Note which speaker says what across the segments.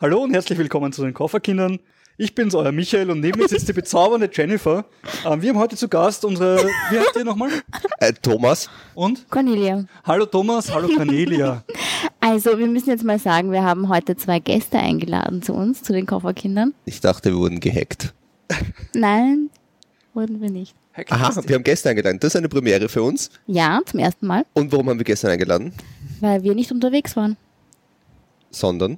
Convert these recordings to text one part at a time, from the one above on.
Speaker 1: Hallo und herzlich willkommen zu den Kofferkindern. Ich bin's, euer Michael, und neben mir sitzt die bezaubernde Jennifer. Ähm, wir haben heute zu Gast unsere, wie heißt ihr nochmal?
Speaker 2: Äh, Thomas,
Speaker 1: Und?
Speaker 3: Cornelia.
Speaker 1: Hallo Thomas, hallo Cornelia.
Speaker 3: Also, wir müssen jetzt mal sagen, wir haben heute zwei Gäste eingeladen zu uns, zu den Kofferkindern.
Speaker 2: ich dachte, wir wurden gehackt.
Speaker 3: Nein, wurden wir nicht.
Speaker 2: Aha, wir haben gestern eingeladen. Das ist eine Premiere für uns.
Speaker 3: Ja, zum ersten Mal,
Speaker 2: Und warum haben wir gestern eingeladen?
Speaker 3: weil wir nicht unterwegs waren.
Speaker 2: Sondern,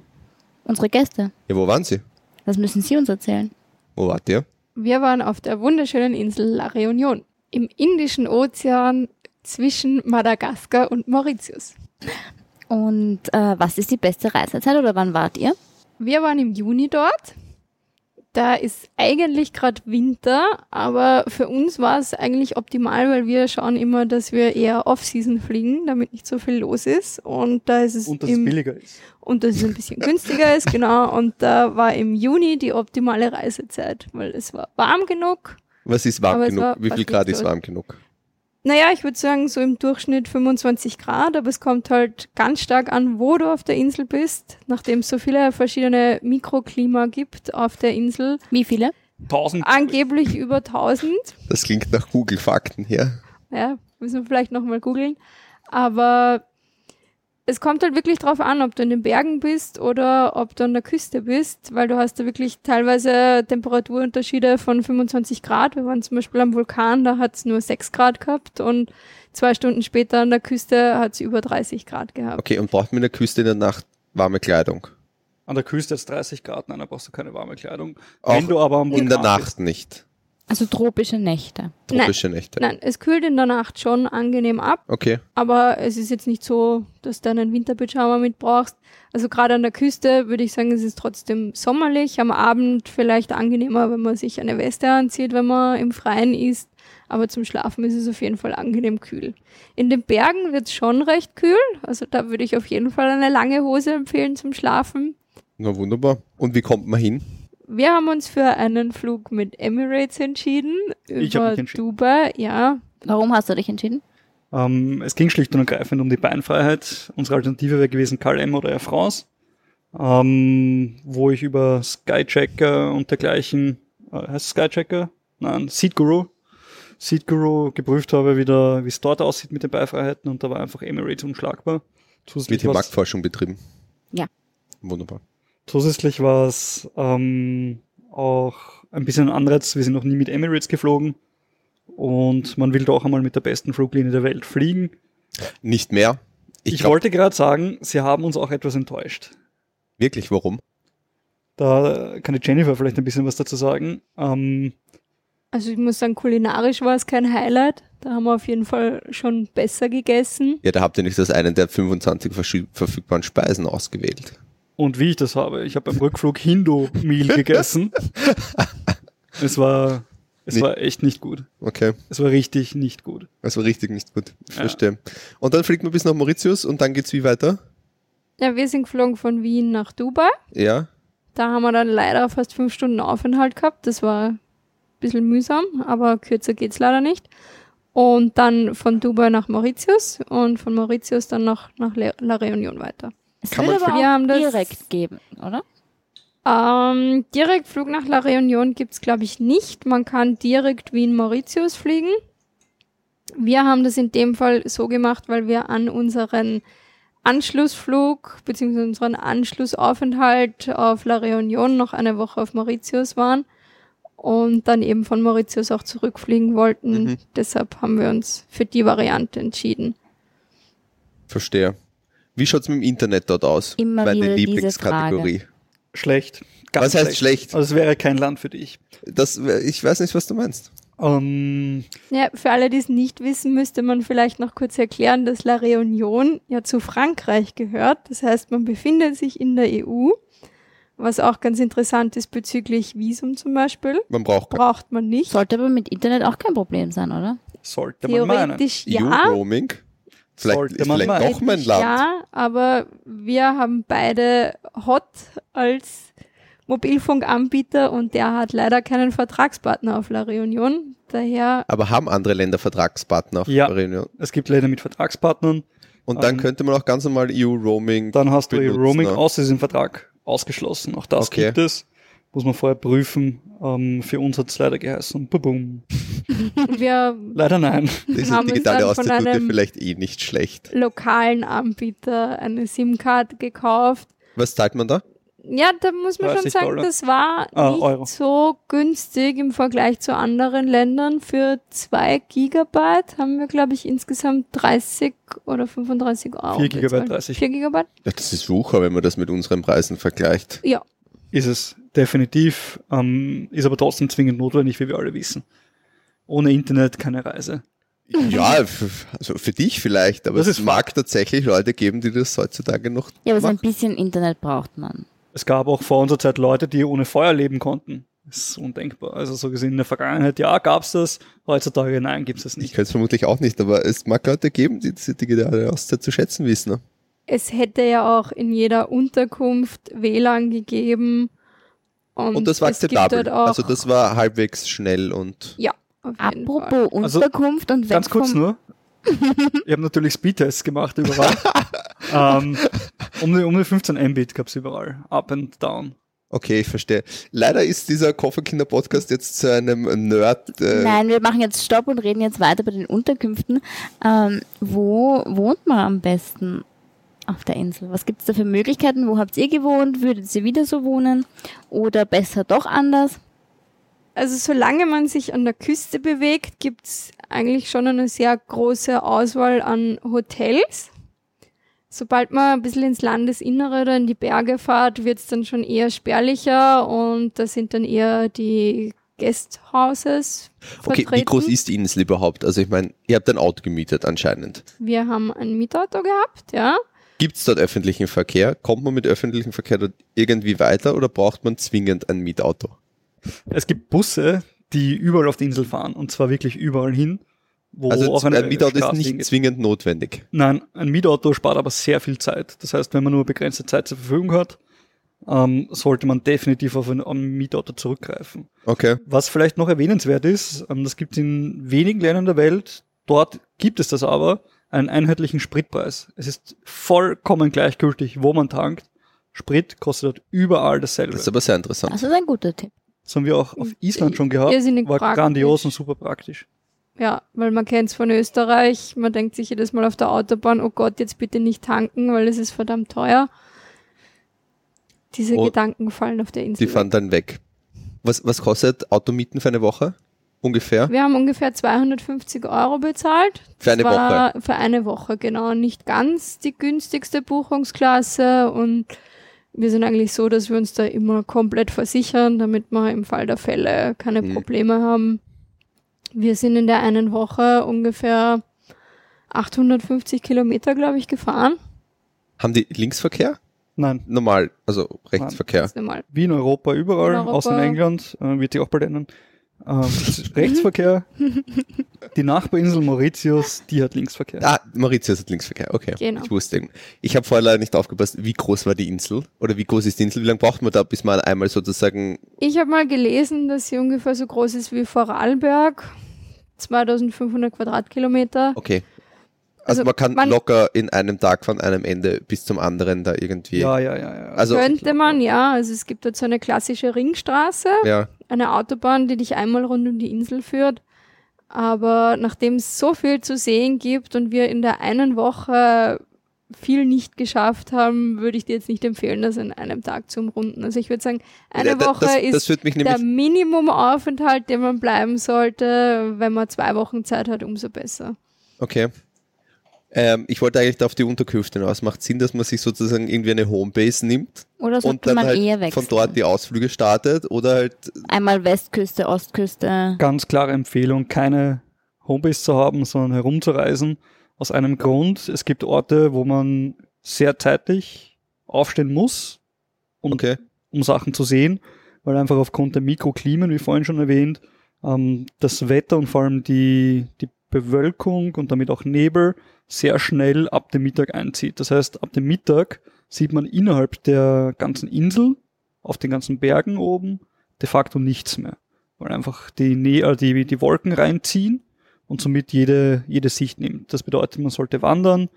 Speaker 3: Unsere Gäste.
Speaker 2: ja, wo waren sie?
Speaker 3: Das müssen Sie uns erzählen.
Speaker 2: Wo wart ihr?
Speaker 4: Wir waren auf der wunderschönen Insel La Réunion im Indischen Ozean zwischen Madagaskar und Mauritius.
Speaker 3: Und äh, was ist die beste Reisezeit oder wann wart ihr?
Speaker 4: Wir waren im Juni dort. Da ist eigentlich gerade Winter, aber für uns war es eigentlich optimal, weil wir schauen immer, dass wir eher Off-Season fliegen, damit nicht so viel los ist. Und da ist es
Speaker 1: Und dass es
Speaker 4: im
Speaker 1: billiger ist.
Speaker 4: und dass es ein bisschen günstiger ist, genau. Und da war im Juni die optimale Reisezeit, weil es war warm genug.
Speaker 2: Was ist warm
Speaker 4: Aber es
Speaker 2: genug?
Speaker 4: war
Speaker 2: Wie viel
Speaker 4: fast
Speaker 2: Grad
Speaker 4: nichts
Speaker 2: ist
Speaker 4: los.
Speaker 2: warm genug?
Speaker 4: Naja, ich würde sagen, so im Durchschnitt 25 Grad, aber es kommt halt ganz stark an, wo du auf der Insel bist, nachdem es so viele verschiedene Mikroklima gibt auf der Insel.
Speaker 3: Wie viele?
Speaker 1: 1000.
Speaker 4: Angeblich über 1000.
Speaker 2: Das klingt nach Google-Fakten her.
Speaker 4: Ja, müssen wir vielleicht nochmal googeln. Aber es kommt halt wirklich drauf an, ob du in den Bergen bist oder ob du an der Küste bist, weil du hast da wirklich teilweise Temperaturunterschiede von 25 Grad. Wir waren zum Beispiel am Vulkan, da hat es nur 6 Grad gehabt und zwei Stunden später an der Küste hat es über 30 Grad gehabt.
Speaker 2: Okay, und braucht man in der Küste in der Nacht warme Kleidung?
Speaker 1: An der Küste jetzt 30 Grad, nein, da brauchst du keine warme Kleidung.
Speaker 2: Auch
Speaker 1: Wenn du aber am
Speaker 2: In der
Speaker 1: Vulkan bist.
Speaker 2: Nacht nicht.
Speaker 3: Also tropische Nächte.
Speaker 4: Nein.
Speaker 2: Tropische Nächte.
Speaker 4: Nein, es kühlt in der Nacht schon angenehm ab,
Speaker 2: Okay,
Speaker 4: aber es ist jetzt nicht so, dass du einen Winterpyjama mitbrauchst. Also gerade an der Küste würde ich sagen, es ist trotzdem sommerlich. Am Abend vielleicht angenehmer, wenn man sich eine Weste anzieht, wenn man im Freien ist. Aber zum Schlafen ist es auf jeden Fall angenehm kühl. In den Bergen wird es schon recht kühl. Also da würde ich auf jeden Fall eine lange Hose empfehlen zum Schlafen.
Speaker 2: na wunderbar. Und wie kommt man hin?
Speaker 4: Wir haben uns für einen Flug mit Emirates entschieden. Über
Speaker 1: Ich hab mich entschieden.
Speaker 4: Dubai, ja.
Speaker 3: Warum hast du dich entschieden?
Speaker 1: Ähm, es ging schlicht und ergreifend um die Beinfreiheit. Unsere Alternative wäre gewesen KLM oder Air France, ähm, wo ich über Skychecker und dergleichen, äh, heißt es Skychecker? Nein, Seatguru. Seatguru geprüft habe, wie da- wie es dort aussieht mit den Beifreiheiten und da war einfach Emirates unschlagbar.
Speaker 2: Wird
Speaker 1: Zusätzlich
Speaker 2: hier
Speaker 1: war's-
Speaker 2: Marktforschung betrieben?
Speaker 3: Ja.
Speaker 2: Wunderbar.
Speaker 1: Zusätzlich war es ähm, auch ein bisschen ein Anreiz. Wir sind noch nie mit Emirates geflogen und man will doch einmal mit der besten Fluglinie der Welt fliegen.
Speaker 2: Nicht mehr.
Speaker 1: Ich,
Speaker 2: Ich, glaub,
Speaker 1: wollte gerade sagen, sie haben uns auch etwas enttäuscht.
Speaker 2: wirklich, warum?
Speaker 1: Da kann die Jennifer vielleicht ein bisschen was dazu sagen. Ähm,
Speaker 4: Also ich muss sagen, kulinarisch war es kein Highlight. Da haben wir auf jeden Fall schon besser gegessen.
Speaker 2: Ja, da habt ihr nicht das einen der 25 verschi- verfügbaren Speisen ausgewählt.
Speaker 1: und wie ich das habe. Ich habe beim Rückflug Hindu-Meal gegessen. es war, es
Speaker 2: Nee.
Speaker 1: war echt nicht gut.
Speaker 2: Okay.
Speaker 1: Es war richtig nicht gut.
Speaker 2: Das war richtig nicht gut. Ich
Speaker 1: Ja.
Speaker 2: verstehe. Und dann fliegt man bis nach Mauritius und dann geht's wie weiter?
Speaker 4: Ja, wir sind geflogen von Wien nach Dubai.
Speaker 2: Ja.
Speaker 4: Da haben wir dann leider fast fünf Stunden Aufenthalt gehabt. Das war ein bisschen mühsam, aber kürzer geht's leider nicht. Und dann von Dubai nach Mauritius und von Mauritius dann noch nach Le- La Réunion weiter.
Speaker 3: Es
Speaker 2: Kann
Speaker 3: wird
Speaker 2: man
Speaker 3: aber
Speaker 4: für- Wir haben
Speaker 3: auch
Speaker 4: das-
Speaker 3: direkt geben, oder?
Speaker 4: Ähm, Direktflug nach La Réunion gibt's glaube ich, nicht. Man kann direkt Wien-Mauritius fliegen. Wir haben das in dem Fall so gemacht, weil wir an unseren Anschlussflug bzw. unseren Anschlussaufenthalt auf La Réunion noch eine Woche auf Mauritius waren und dann eben von Mauritius auch zurückfliegen wollten.
Speaker 2: Mhm.
Speaker 4: Deshalb haben wir uns für die Variante entschieden.
Speaker 2: Verstehe. Wie schaut's mit dem Internet dort aus?
Speaker 3: Immer
Speaker 2: Meine
Speaker 3: wieder diese
Speaker 2: Lieblingskategorie.
Speaker 1: Schlecht. Ganz
Speaker 2: Was heißt schlecht?
Speaker 1: Also es wäre kein Land für dich.
Speaker 2: Das, äh, ich weiß nicht, was du meinst.
Speaker 1: Ähm,
Speaker 4: Ja, für alle, die es nicht wissen, müsste man vielleicht noch kurz erklären, dass La Réunion ja zu Frankreich gehört. Das heißt, man befindet sich in der EU, was auch ganz interessant ist bezüglich Visum zum Beispiel.
Speaker 2: Man braucht kein
Speaker 4: Braucht man nicht.
Speaker 3: Sollte aber mit Internet auch kein Problem sein, oder?
Speaker 1: sollte man meinen.
Speaker 4: Theoretisch
Speaker 2: E
Speaker 4: ja.
Speaker 2: EU-Roaming. Vielleicht
Speaker 1: Sollte
Speaker 2: ist
Speaker 1: man
Speaker 2: vielleicht
Speaker 1: meinen.
Speaker 2: doch mein Land.
Speaker 4: Ja, aber wir haben beide Hot als Mobilfunkanbieter und der hat leider keinen Vertragspartner auf La Réunion. Daher
Speaker 2: Aber haben andere Länder Vertragspartner auf
Speaker 1: Ja.
Speaker 2: der Reunion?
Speaker 1: Es gibt Länder mit Vertragspartnern.
Speaker 2: Und dann
Speaker 1: Ähm,
Speaker 2: könnte man auch ganz normal EU-Roaming.
Speaker 1: Dann hast du ihr
Speaker 2: Benutzt,
Speaker 1: Roaming
Speaker 2: ne?
Speaker 1: aus diesem Vertrag. ausgeschlossen. Auch das
Speaker 2: Okay.
Speaker 1: gibt es. Muss man vorher prüfen. Ähm, für uns hat es leider geheißen, bubum.
Speaker 4: Und wir
Speaker 1: Leider nein.
Speaker 2: Das
Speaker 4: Haben
Speaker 2: ist
Speaker 4: uns
Speaker 2: digitale
Speaker 4: dann von
Speaker 2: Ausdrucke
Speaker 4: einem-
Speaker 2: vielleicht eh nicht schlecht.
Speaker 4: lokalen Anbieter eine SIM-Card gekauft.
Speaker 2: Was zahlt man da?
Speaker 4: Ja, da muss man schon
Speaker 1: 30
Speaker 4: sagen,
Speaker 1: Dollar.
Speaker 4: das war
Speaker 1: Ah,
Speaker 4: nicht
Speaker 1: Euro.
Speaker 4: so günstig im Vergleich zu anderen Ländern. Für 2 Gigabyte haben wir, glaube ich, insgesamt 30 oder 35 Euro.
Speaker 1: 4 Gigabyte,
Speaker 4: bezahlt.
Speaker 1: 30.
Speaker 4: 4 Gigabyte?
Speaker 2: Ja, das ist Wucher, wenn man das mit unseren Preisen vergleicht.
Speaker 4: Ja.
Speaker 1: Ist es definitiv, ähm, ist aber trotzdem zwingend notwendig, wie wir alle wissen. Ohne Internet keine Reise.
Speaker 2: Ja, f- also für dich vielleicht, aber
Speaker 1: Das
Speaker 2: es
Speaker 1: ist
Speaker 2: mag tatsächlich Leute geben, die das heutzutage noch
Speaker 3: Ja, aber so ein
Speaker 2: machen.
Speaker 3: bisschen Internet braucht man.
Speaker 1: Es gab auch vor unserer Zeit Leute, die ohne Feuer leben konnten. Das ist undenkbar. Also so gesehen in der Vergangenheit, ja, gab's das. Heutzutage, nein, gibt's das
Speaker 2: Ich
Speaker 1: nicht.
Speaker 2: kann es vermutlich auch nicht, aber es mag Leute geben, die diese digitale Auszeit zu schätzen wissen. Ne?
Speaker 4: Es hätte ja auch in jeder Unterkunft WLAN gegeben. Und,
Speaker 2: Und das war
Speaker 4: es gibt dort
Speaker 2: akzeptabel.
Speaker 4: auch,
Speaker 2: Also das war halbwegs schnell und
Speaker 4: ja, auf jeden Fall.
Speaker 3: Apropos
Speaker 1: Also,
Speaker 3: Unterkunft und weg
Speaker 1: Ganz kurz
Speaker 3: vom,
Speaker 1: nur. Ich habe natürlich Speedtests gemacht überall. ähm, um, die, um die 15 Mbit gab's überall. Up and down.
Speaker 2: okay, ich verstehe. Leider ist dieser Kofferkinder-Podcast jetzt zu einem Nerd. Äh,
Speaker 3: Nein, wir machen jetzt Stopp und reden jetzt weiter bei den Unterkünften. Ähm, wo wohnt man am besten auf der Insel? Was gibt's da für Möglichkeiten? Wo habt ihr gewohnt? Würdet ihr wieder so wohnen? Oder besser doch anders?
Speaker 4: Also solange man sich an der Küste bewegt, gibt's eigentlich schon eine sehr große Auswahl an Hotels. Sobald man ein bisschen ins Landesinnere oder in die Berge fährt, wird's dann schon eher spärlicher und da sind dann eher die Guesthouses
Speaker 2: okay,
Speaker 4: vertreten.
Speaker 2: wie groß ist die Insel überhaupt? Also ich meine, ihr habt ein Auto gemietet anscheinend.
Speaker 4: Wir haben ein Mietauto gehabt, ja.
Speaker 2: Gibt es dort öffentlichen Verkehr? Kommt man mit öffentlichem Verkehr dort irgendwie weiter oder braucht man zwingend ein Mietauto?
Speaker 1: Es gibt Busse, die überall auf die Insel fahren. Und zwar wirklich überall hin. Wo
Speaker 2: also
Speaker 1: auch eine
Speaker 2: ein Mietauto ist
Speaker 1: Straße
Speaker 2: nicht
Speaker 1: hingeht.
Speaker 2: zwingend notwendig.
Speaker 1: Nein, ein Mietauto spart aber sehr viel Zeit. Das heißt, wenn man nur begrenzte Zeit zur Verfügung hat, ähm, sollte man definitiv auf ein, auf ein Mietauto zurückgreifen.
Speaker 2: Okay.
Speaker 1: Was vielleicht noch erwähnenswert ist, ähm, das gibt es in wenigen Ländern der Welt, dort gibt es das aber, einen einheitlichen Spritpreis. Es ist vollkommen gleichgültig, wo man tankt. Sprit kostet dort überall dasselbe.
Speaker 2: Das
Speaker 1: Das,
Speaker 2: ist aber sehr interessant.
Speaker 3: Das ist ein guter Tipp.
Speaker 1: haben wir auch auf Island schon gehabt.
Speaker 4: Irrsinnig
Speaker 1: War
Speaker 4: praktisch.
Speaker 1: grandios und super praktisch.
Speaker 4: Ja, weil man kennt's von Österreich, man denkt sich jedes Mal auf der Autobahn, oh Gott, jetzt bitte nicht tanken, weil es ist verdammt teuer. Diese
Speaker 2: Und
Speaker 4: Gedanken fallen auf der
Speaker 2: Die
Speaker 4: Insel. weg.
Speaker 2: fahren dann weg. Was, was kostet Automieten für eine Woche? Ungefähr?
Speaker 4: Wir haben ungefähr 250 Euro bezahlt.
Speaker 2: Für eine
Speaker 4: Das war Für eine Woche, genau. Nicht ganz die günstigste Buchungsklasse und wir sind eigentlich so, dass wir uns da immer komplett versichern, damit wir im Fall der Fälle keine
Speaker 2: Mhm.
Speaker 4: Probleme haben. Wir sind in der einen Woche ungefähr 850 Kilometer, glaube ich, gefahren.
Speaker 2: Haben die Linksverkehr?
Speaker 1: Nein,
Speaker 2: Normal, also Rechtsverkehr.
Speaker 4: Das ist mal
Speaker 1: wie in Europa überall,
Speaker 4: In Europa.
Speaker 1: außer in England, äh, wird sich auch bald ändern. Ähm, Rechtsverkehr. Die Nachbarinsel Mauritius, die hat Linksverkehr.
Speaker 2: Ah, Mauritius hat Linksverkehr, okay.
Speaker 4: Genau.
Speaker 2: Ich wusste irgendwie. Ich habe vorher leider nicht aufgepasst, wie groß war die Insel? Oder wie groß ist die Insel? Wie lange braucht man da, bis man einmal sozusagen
Speaker 4: Ich habe mal gelesen, dass sie ungefähr so groß ist wie Vorarlberg. 2500 Quadratkilometer.
Speaker 2: Okay. Also,
Speaker 4: Also
Speaker 2: man kann
Speaker 4: man-
Speaker 2: locker in einem Tag von einem Ende bis zum anderen da irgendwie.
Speaker 1: Ja, ja, ja, ja.
Speaker 2: Also-
Speaker 4: Könnte man, ja. Also es gibt dort so eine klassische Ringstraße,
Speaker 2: ja.
Speaker 4: eine Autobahn, die dich einmal rund um die Insel führt. Aber nachdem es so viel zu sehen gibt und wir in der einen Woche viel nicht geschafft haben, würde ich dir jetzt nicht empfehlen, das in einem Tag zu umrunden. Also ich würde sagen, eine
Speaker 2: Ja, da-
Speaker 4: Woche
Speaker 2: das, Das
Speaker 4: ist
Speaker 2: führt mich
Speaker 4: der
Speaker 2: nämlich.
Speaker 4: Minimumaufenthalt, den man bleiben sollte. Wenn man zwei Wochen Zeit hat, umso besser.
Speaker 2: Okay. Ähm, ich wollte eigentlich da auf die Unterkünfte hinaus. Macht Sinn, dass man sich sozusagen irgendwie eine Homebase nimmt
Speaker 3: Oder
Speaker 2: und
Speaker 3: sollte
Speaker 2: dann
Speaker 3: man
Speaker 2: halt
Speaker 3: eher wechseln?
Speaker 2: von dort die Ausflüge startet oder halt
Speaker 3: Einmal Westküste, Ostküste.
Speaker 1: ganz klare Empfehlung, keine Homebase zu haben, sondern herumzureisen. Aus einem Grund, es gibt Orte, wo man sehr zeitig aufstehen muss, um,
Speaker 2: okay.
Speaker 1: um Sachen zu sehen, weil einfach aufgrund der Mikroklimen, wie vorhin schon erwähnt, ähm, das Wetter und vor allem die, die Bewölkung und damit auch Nebel sehr schnell ab dem Mittag einzieht. Das heißt, ab dem Mittag sieht man innerhalb der ganzen Insel, auf den ganzen Bergen oben, de facto nichts mehr. Weil einfach die, ne äh, die, die Wolken reinziehen und somit jede, jede Sicht nimmt. Das bedeutet, man sollte wandern,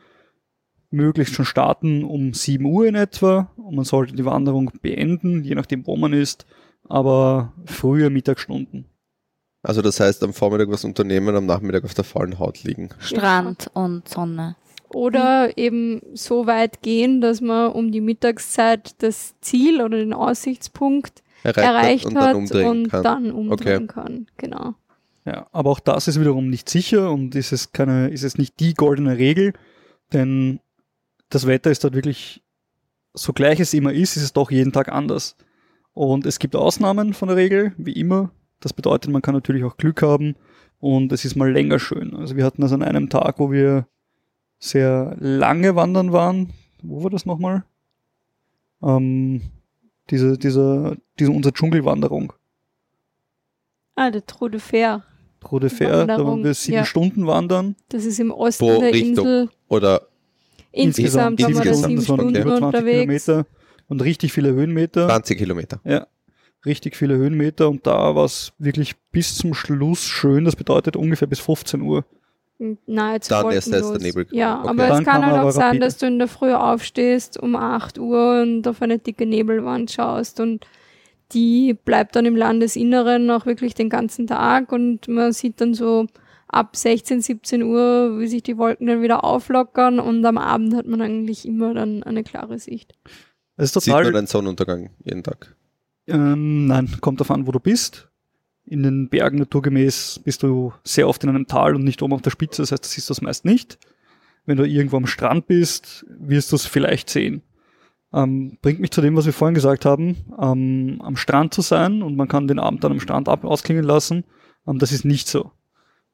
Speaker 1: möglichst schon starten um 7 Uhr in etwa und man sollte die Wanderung beenden, je nachdem wo man ist, aber frühe Mittagsstunden.
Speaker 2: Also das heißt, am Vormittag was unternehmen, am Nachmittag auf der faulen Haut liegen.
Speaker 3: Strand und Sonne.
Speaker 4: Oder eben so weit gehen, dass man um die Mittagszeit das Ziel oder den Aussichtspunkt
Speaker 2: Erreicht hat
Speaker 4: erreicht
Speaker 2: und
Speaker 4: hat
Speaker 2: dann umdrehen
Speaker 4: und
Speaker 2: kann.
Speaker 4: dann umdrehen kann. Genau.
Speaker 1: Ja, aber auch das ist wiederum nicht sicher und ist es keine, ist es nicht die goldene Regel, denn das Wetter ist dort wirklich, so gleich es immer ist, ist es doch jeden Tag anders. Und es gibt Ausnahmen von der Regel, wie immer. Das bedeutet, man kann natürlich auch Glück haben und es ist mal länger schön. Also wir hatten das an einem Tag, wo wir sehr lange wandern waren. Wo war das nochmal? Ähm, diese, diese, diese, unsere Dschungelwanderung.
Speaker 4: Ah, der Trou de Fer.
Speaker 1: Rode Fair, da waren
Speaker 4: Wanderung,
Speaker 1: wir sieben
Speaker 4: ja.
Speaker 1: Stunden wandern.
Speaker 4: Das ist im Osten
Speaker 2: Pro
Speaker 4: der
Speaker 2: Richtung.
Speaker 4: Insel.
Speaker 2: Oder
Speaker 4: Insgesamt,
Speaker 2: Insgesamt,
Speaker 4: haben wir da
Speaker 2: insgesamt.
Speaker 4: sieben
Speaker 1: Das waren
Speaker 4: Stunden
Speaker 1: über 20
Speaker 4: unterwegs.
Speaker 1: Kilometer und richtig viele Höhenmeter.
Speaker 2: 20 Kilometer.
Speaker 1: Richtig viele Höhenmeter und da war es wirklich bis zum Schluss schön. Das bedeutet ungefähr bis 15 Uhr.
Speaker 4: Nahe zu
Speaker 2: Dann erst
Speaker 4: wolkenlos.
Speaker 2: der Nebel kommt.
Speaker 4: Ja,
Speaker 2: Okay.
Speaker 4: aber
Speaker 1: Dann
Speaker 4: es kann
Speaker 1: kann
Speaker 4: halt
Speaker 1: man
Speaker 4: auch
Speaker 1: aber
Speaker 4: sein,
Speaker 1: rapide.
Speaker 4: dass du in der Früh aufstehst um 8 Uhr und auf eine dicke Nebelwand schaust und die bleibt dann im Landesinneren auch wirklich den ganzen Tag und man sieht dann so ab 16, 17 Uhr, wie sich die Wolken dann wieder auflockern und am Abend hat man eigentlich immer dann eine klare Sicht.
Speaker 1: Es ist
Speaker 2: Sieht man
Speaker 1: total.
Speaker 2: einen Sonnenuntergang jeden Tag.
Speaker 1: Ähm, nein, kommt darauf an, wo du bist. In den Bergen naturgemäß bist du sehr oft in einem Tal und nicht oben auf der Spitze. Das heißt, du siehst das meist nicht. Wenn du irgendwo am Strand bist, wirst du es vielleicht sehen. Ähm, bringt mich zu dem, was wir vorhin gesagt haben, ähm, am Strand zu sein und man kann den Abend dann am Strand ab ausklingen lassen. Ähm, das ist nicht so.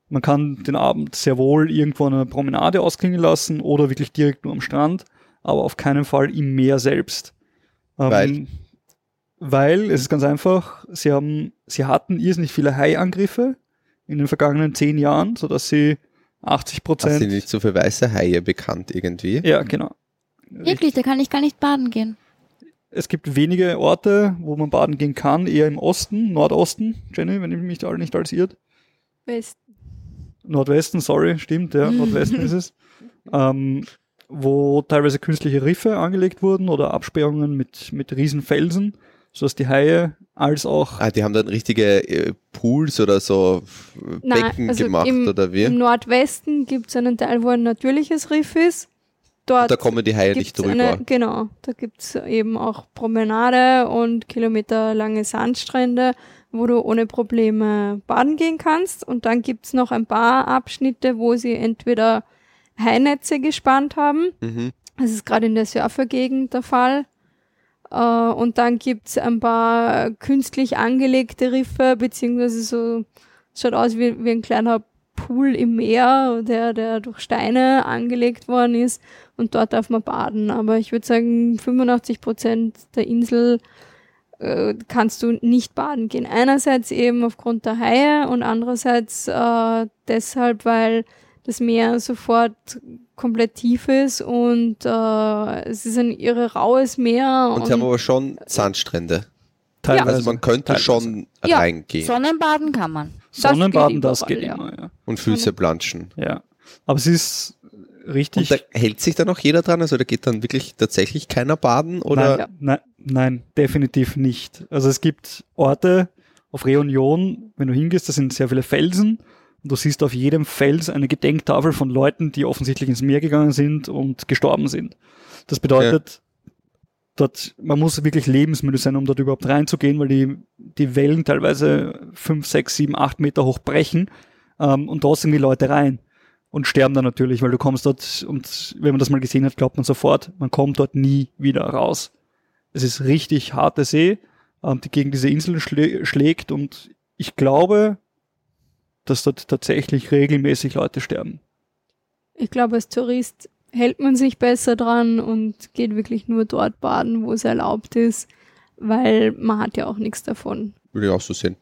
Speaker 1: Man kann den Abend sehr wohl irgendwo an einer Promenade ausklingen lassen oder wirklich direkt nur am Strand, aber auf keinen Fall im Meer selbst. Ähm,
Speaker 2: Weil?
Speaker 1: Weil, es ist ganz einfach, sie haben, sie hatten irrsinnig viele Haiangriffe in den vergangenen zehn Jahren, sodass sie 80
Speaker 2: Hast du
Speaker 1: Prozent.
Speaker 2: nicht so für weiße Haie bekannt irgendwie?
Speaker 1: Ja, genau.
Speaker 3: Wirklich, da kann ich gar nicht baden gehen.
Speaker 1: Es gibt wenige Orte, wo man baden gehen kann, eher im Osten, Nordosten, Jenny, wenn ich mich da nicht alles irrt.
Speaker 4: Weißt,
Speaker 1: Nordwesten, sorry, stimmt, ja, Nordwesten ist es. Ähm, wo teilweise künstliche Riffe angelegt wurden oder Absperrungen mit, mit riesen Felsen, sodass die Haie als auch
Speaker 2: Ah, die haben dann richtige äh, Pools oder so äh,
Speaker 4: Nein,
Speaker 2: Becken
Speaker 4: also
Speaker 2: gemacht
Speaker 4: im-
Speaker 2: oder wie?
Speaker 4: Im Nordwesten gibt es einen Teil, wo ein natürliches Riff ist. Dort
Speaker 2: Da kommen die Haie nicht
Speaker 4: gibt's
Speaker 2: drüber.
Speaker 4: Eine, genau, da gibt's eben auch Promenade und kilometerlange Sandstrände, wo du ohne Probleme baden gehen kannst. Und dann gibt's noch ein paar Abschnitte, wo sie entweder Hainetze gespannt haben.
Speaker 2: mhm.
Speaker 4: Das ist gerade in der Surfergegend der Fall. Äh, und dann gibt's ein paar künstlich angelegte Riffe, beziehungsweise so, es schaut aus wie, wie ein kleiner Pool im Meer, der, der durch Steine angelegt worden ist. Und dort darf man baden. Aber ich würde sagen, 85 Prozent der Insel äh, kannst du nicht baden gehen. Einerseits eben aufgrund der Haie und andererseits äh, deshalb, weil das Meer sofort komplett tief ist und äh, es ist ein irre raues Meer.
Speaker 2: Und sie haben aber schon Sandstrände.
Speaker 1: teilweise.
Speaker 2: Also man könnte
Speaker 1: teilweise.
Speaker 2: schon
Speaker 4: Ja.
Speaker 2: reingehen
Speaker 3: Sonnenbaden kann man.
Speaker 1: Sonnenbaden, das
Speaker 4: geht
Speaker 1: geht
Speaker 4: überall,
Speaker 1: immer, ja.
Speaker 2: und
Speaker 4: Mhm.
Speaker 2: Füße planschen.
Speaker 1: ja. Aber es ist richtig.
Speaker 2: Und da hält sich dann auch jeder dran? Also da geht dann wirklich tatsächlich keiner baden? Oder?
Speaker 1: Nein, nein, nein, definitiv nicht. Also es gibt Orte auf Reunion, wenn du hingehst, da sind sehr viele Felsen und du siehst auf jedem Fels eine Gedenktafel von Leuten, die offensichtlich ins Meer gegangen sind und gestorben sind. Das bedeutet, dort, man muss wirklich lebensmüde sein, um dort überhaupt reinzugehen, weil die, die Wellen teilweise fünf, sechs, sieben, acht Meter hoch brechen ähm, und trotzdem die Leute rein und sterben dann natürlich, weil du kommst dort und wenn man das mal gesehen hat, glaubt man sofort, man kommt dort nie wieder raus. Es ist richtig harte See, ähm, die gegen diese Inseln schlä schlägt und ich glaube, dass dort tatsächlich regelmäßig Leute sterben.
Speaker 4: Ich glaube, als Tourist hält man sich besser dran und geht wirklich nur dort baden, wo es erlaubt ist, weil man hat ja auch nichts davon.
Speaker 2: Würde ich auch so sehen.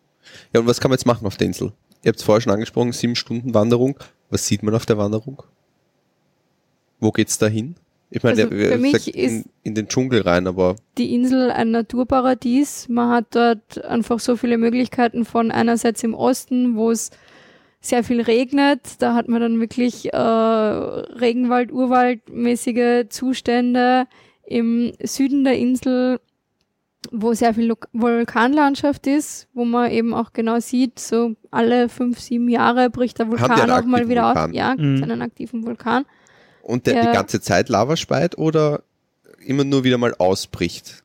Speaker 2: Ja, und was kann man jetzt machen auf der Insel? Ihr habt es vorher schon angesprochen, sieben Stunden Wanderung. Was sieht man auf der Wanderung? Wo geht's da hin? Ich meine,
Speaker 4: Also
Speaker 2: der-
Speaker 4: für
Speaker 2: äh,
Speaker 4: mich
Speaker 2: sagt in,
Speaker 4: ist-
Speaker 2: in den Dschungel rein, aber
Speaker 4: die Insel ein Naturparadies. Man hat dort einfach so viele Möglichkeiten von einerseits im Osten, wo es sehr viel regnet. Da hat man dann wirklich äh, Regenwald, Urwaldmäßige Zustände im Süden der Insel, wo sehr viel Lok- Vulkanlandschaft ist, wo man eben auch genau sieht, so alle fünf, sieben Jahre bricht der
Speaker 2: die einen
Speaker 4: Vulkan auch mal
Speaker 2: aktiven
Speaker 4: wieder
Speaker 2: Vulkan?
Speaker 4: auf. Ja, gibt's
Speaker 1: Mhm.
Speaker 4: einen aktiven Vulkan.
Speaker 2: Und der
Speaker 4: Ja.
Speaker 2: die ganze Zeit Lava speit oder immer nur wieder mal ausbricht?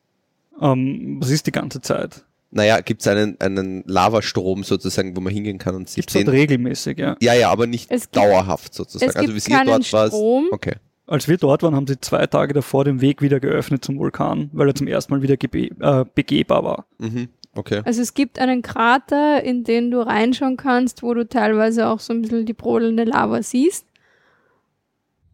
Speaker 1: Ähm, was ist die ganze Zeit?
Speaker 2: Naja, gibt es einen, einen Lavastrom sozusagen, wo man hingehen kann und sich
Speaker 1: Gibt's dort
Speaker 2: sehen?
Speaker 1: regelmäßig, ja.
Speaker 2: Ja, ja, aber nicht
Speaker 4: Es gibt-
Speaker 2: dauerhaft sozusagen.
Speaker 4: Es
Speaker 2: also
Speaker 4: gibt
Speaker 2: bis ihr
Speaker 4: keinen
Speaker 2: dort warst.
Speaker 4: Strom.
Speaker 2: Okay.
Speaker 1: Als wir dort waren, haben sie zwei Tage davor den Weg wieder geöffnet zum Vulkan, weil er zum ersten Mal wieder gebe- äh, begehbar war.
Speaker 2: Mhm. Okay.
Speaker 4: Also es gibt einen Krater, in den du reinschauen kannst, wo du teilweise auch so ein bisschen die brodelnde Lava siehst.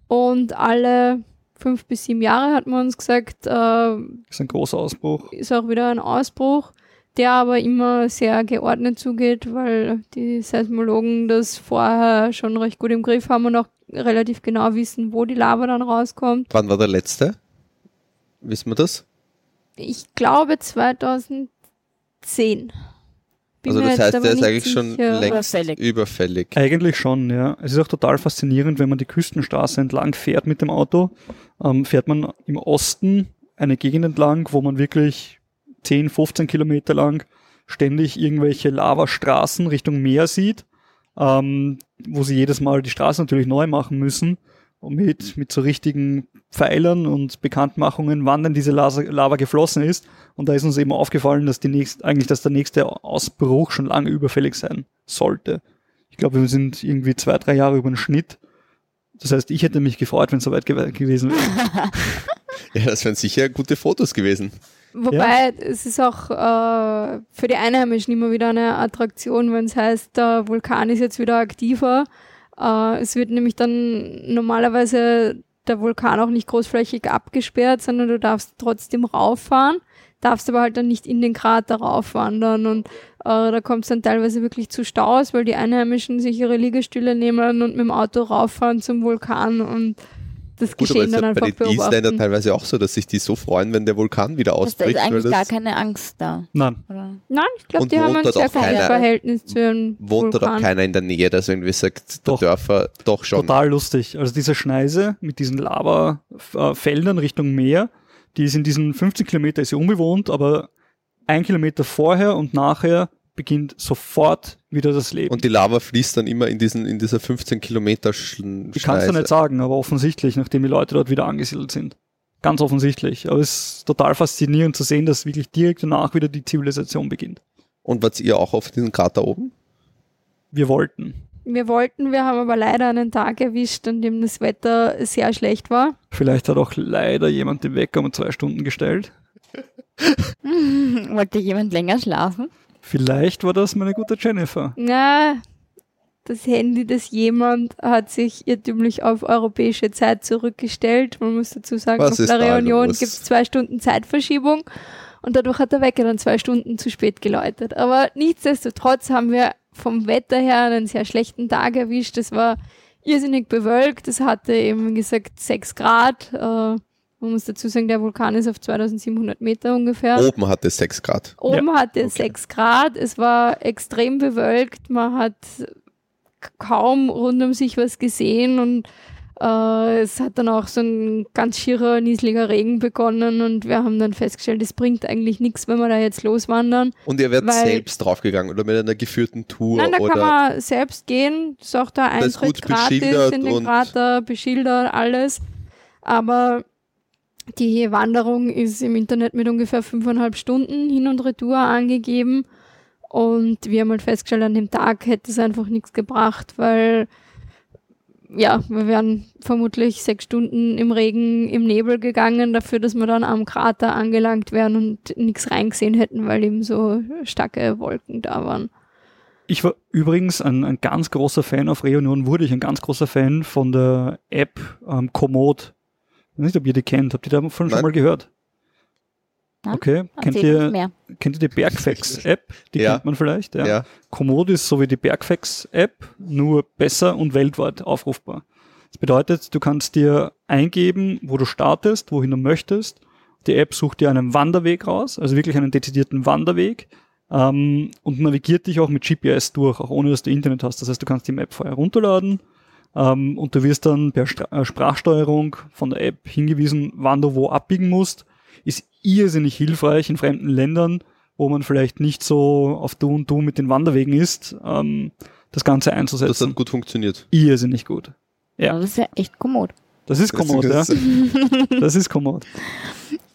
Speaker 4: Und alle fünf bis sieben Jahre hat man uns gesagt, äh,
Speaker 1: Das ist ein großer Ausbruch.
Speaker 4: ist auch wieder ein Ausbruch, der aber immer sehr geordnet zugeht, weil die Seismologen das vorher schon recht gut im Griff haben und auch relativ genau wissen, wo die Lava dann rauskommt.
Speaker 2: Wann war der letzte? Wissen wir das?
Speaker 4: Ich glaube 2010. Bin
Speaker 2: also
Speaker 4: mir
Speaker 2: das
Speaker 4: jetzt
Speaker 2: heißt,
Speaker 4: aber
Speaker 2: der ist
Speaker 4: nicht
Speaker 2: eigentlich schon
Speaker 4: sicher.
Speaker 2: längst
Speaker 3: Überfällig.
Speaker 2: überfällig.
Speaker 1: Eigentlich schon, ja. Es ist auch total faszinierend, wenn man die Küstenstraße entlang fährt mit dem Auto, ähm, fährt man im Osten eine Gegend entlang, wo man wirklich 10, 15 Kilometer lang ständig irgendwelche Lavastraßen Richtung Meer sieht, ähm, wo sie jedes Mal die Straße natürlich neu machen müssen. Und mit, mit so richtigen Pfeilern und Bekanntmachungen, wann denn diese Lasa- Lava geflossen ist. Und da ist uns eben aufgefallen, dass die nächst, eigentlich, dass der nächste Ausbruch schon lange überfällig sein sollte. Ich glaube, wir sind irgendwie zwei, drei Jahre über den Schnitt. Das heißt, ich hätte mich gefreut, wenn es soweit gew gewesen wäre.
Speaker 2: Ja, das wären sicher gute Fotos gewesen.
Speaker 4: Wobei es ist auch äh, für die Einheimischen immer wieder eine Attraktion, wenn es heißt, der Vulkan ist jetzt wieder aktiver. Äh, es wird nämlich dann normalerweise der Vulkan auch nicht großflächig abgesperrt, sondern du darfst trotzdem rauffahren, darfst aber halt dann nicht in den Krater raufwandern und äh, da kommt es dann teilweise wirklich zu Staus, weil die Einheimischen sich ihre Liegestühle nehmen und mit dem Auto rauffahren zum Vulkan und das
Speaker 2: Gut, aber
Speaker 4: Geschehen
Speaker 2: es ist
Speaker 4: dann
Speaker 2: ja
Speaker 4: einfach
Speaker 2: bei den Isländern
Speaker 4: beobachten.
Speaker 2: teilweise auch so, dass sich die so freuen, wenn der Vulkan wieder
Speaker 3: Also Da
Speaker 2: ausbricht.
Speaker 3: ist
Speaker 2: weil
Speaker 3: eigentlich
Speaker 2: das
Speaker 3: gar keine Angst da.
Speaker 1: Nein.
Speaker 3: Oder?
Speaker 4: Nein, ich glaube,
Speaker 2: Und
Speaker 4: die haben
Speaker 2: wohnt
Speaker 4: ein
Speaker 2: dort
Speaker 4: sehr
Speaker 2: auch
Speaker 4: gutes
Speaker 3: keiner?
Speaker 4: Verhältnis zu ihrem
Speaker 2: wohnt da doch
Speaker 4: Vulkan.
Speaker 2: keiner in der Nähe, dass irgendwie sagt, der
Speaker 1: Doch.
Speaker 2: Dörfer doch schon.
Speaker 1: Total lustig. Also diese Schneise mit diesen Lava-Feldern Richtung Meer, die ist in diesen 15 Kilometer ist sie unbewohnt, aber ein Kilometer vorher und nachher beginnt sofort wieder das Leben.
Speaker 2: Und die Lava fließt dann immer in, diesen, in dieser 15 Kilometer Sch
Speaker 1: ich kann es
Speaker 2: Schneise.
Speaker 1: dir nicht sagen, aber offensichtlich, nachdem die Leute dort wieder angesiedelt sind. Ganz offensichtlich. Aber es ist total faszinierend zu sehen, dass wirklich direkt danach wieder die Zivilisation beginnt.
Speaker 2: Und wart ihr auch auf diesem Krater oben?
Speaker 1: Wir wollten.
Speaker 4: Wir wollten, wir haben aber leider einen Tag erwischt, an dem das Wetter sehr schlecht war.
Speaker 1: Vielleicht hat auch leider jemand den Wecker um zwei Stunden gestellt.
Speaker 3: Wollte jemand länger schlafen?
Speaker 1: Vielleicht war das meine gute Jennifer.
Speaker 4: Na, das Handy des jemand hat sich irrtümlich auf europäische Zeit zurückgestellt. Man muss dazu sagen,
Speaker 2: Was
Speaker 4: auf
Speaker 2: ist
Speaker 4: La
Speaker 2: da
Speaker 4: Réunion
Speaker 2: los?
Speaker 4: gibt es zwei Stunden Zeitverschiebung und dadurch hat der Wecker dann zwei Stunden zu spät geläutet. Aber nichtsdestotrotz haben wir vom Wetter her einen sehr schlechten Tag erwischt. Es war irrsinnig bewölkt. Es hatte eben, wie gesagt, 6 Grad. Äh, man muss dazu sagen, der Vulkan ist auf 2700 Meter ungefähr.
Speaker 2: Oben hatte es 6 Grad.
Speaker 4: Oben hatte es
Speaker 2: okay.
Speaker 4: 6 Grad, es war extrem bewölkt, man hat k- kaum rund um sich was gesehen und äh, es hat dann auch so ein ganz schierer, nieseliger Regen begonnen und wir haben dann festgestellt, es bringt eigentlich nichts, wenn wir da jetzt loswandern.
Speaker 2: Und ihr werdet
Speaker 4: Weil-
Speaker 2: selbst draufgegangen oder mit einer geführten Tour
Speaker 4: Nein, da kann
Speaker 2: oder
Speaker 4: man selbst gehen, ist auch der
Speaker 2: Das ist gut
Speaker 4: Eintritt gratis
Speaker 2: beschildert
Speaker 4: in den
Speaker 2: und-
Speaker 4: Krater, beschildert, alles, aber die Wanderung ist im Internet mit ungefähr fünfeinhalb Stunden hin und retour angegeben. Und wir haben halt festgestellt, an dem Tag hätte es einfach nichts gebracht, weil ja, wir wären vermutlich sechs Stunden im Regen, im Nebel gegangen, dafür, dass wir dann am Krater angelangt wären und nichts reingesehen hätten, weil eben so starke Wolken da waren.
Speaker 1: Ich war übrigens ein, ein ganz großer Fan auf Reunion, wurde ich ein ganz großer Fan von der App ähm, Komoot. Ich weiß nicht, ob ihr die kennt. Habt ihr davon schon
Speaker 2: Nein.
Speaker 1: mal gehört?
Speaker 3: Nein.
Speaker 1: Okay, kennt
Speaker 3: Erzähl nicht
Speaker 1: ihr,
Speaker 3: mehr.
Speaker 1: kennt ihr die Bergfax-App? Die
Speaker 2: Ja.
Speaker 1: kennt man vielleicht, ja.
Speaker 2: ja.
Speaker 1: Komoot ist so wie die Bergfax-App, nur besser und weltweit aufrufbar. Das bedeutet, du kannst dir eingeben, wo du startest, wohin du möchtest. Die App sucht dir einen Wanderweg raus, also wirklich einen dezidierten Wanderweg, Ähm, und navigiert dich auch mit GPS durch, auch ohne dass du Internet hast. Das heißt, du kannst die Map vorher runterladen ähm, und du wirst dann per Stra äh, Sprachsteuerung von der App hingewiesen, wann du wo abbiegen musst. Ist irrsinnig hilfreich in fremden Ländern, wo man vielleicht nicht so auf Du und Du mit den Wanderwegen ist, ähm, das Ganze
Speaker 2: Das
Speaker 1: einzusetzen.
Speaker 2: hat gut funktioniert.
Speaker 1: irrsinnig gut. Ja.
Speaker 3: Das ist ja echt kommod.
Speaker 1: Das ist kommod, ja.
Speaker 2: Das ist
Speaker 1: Das ist kommod.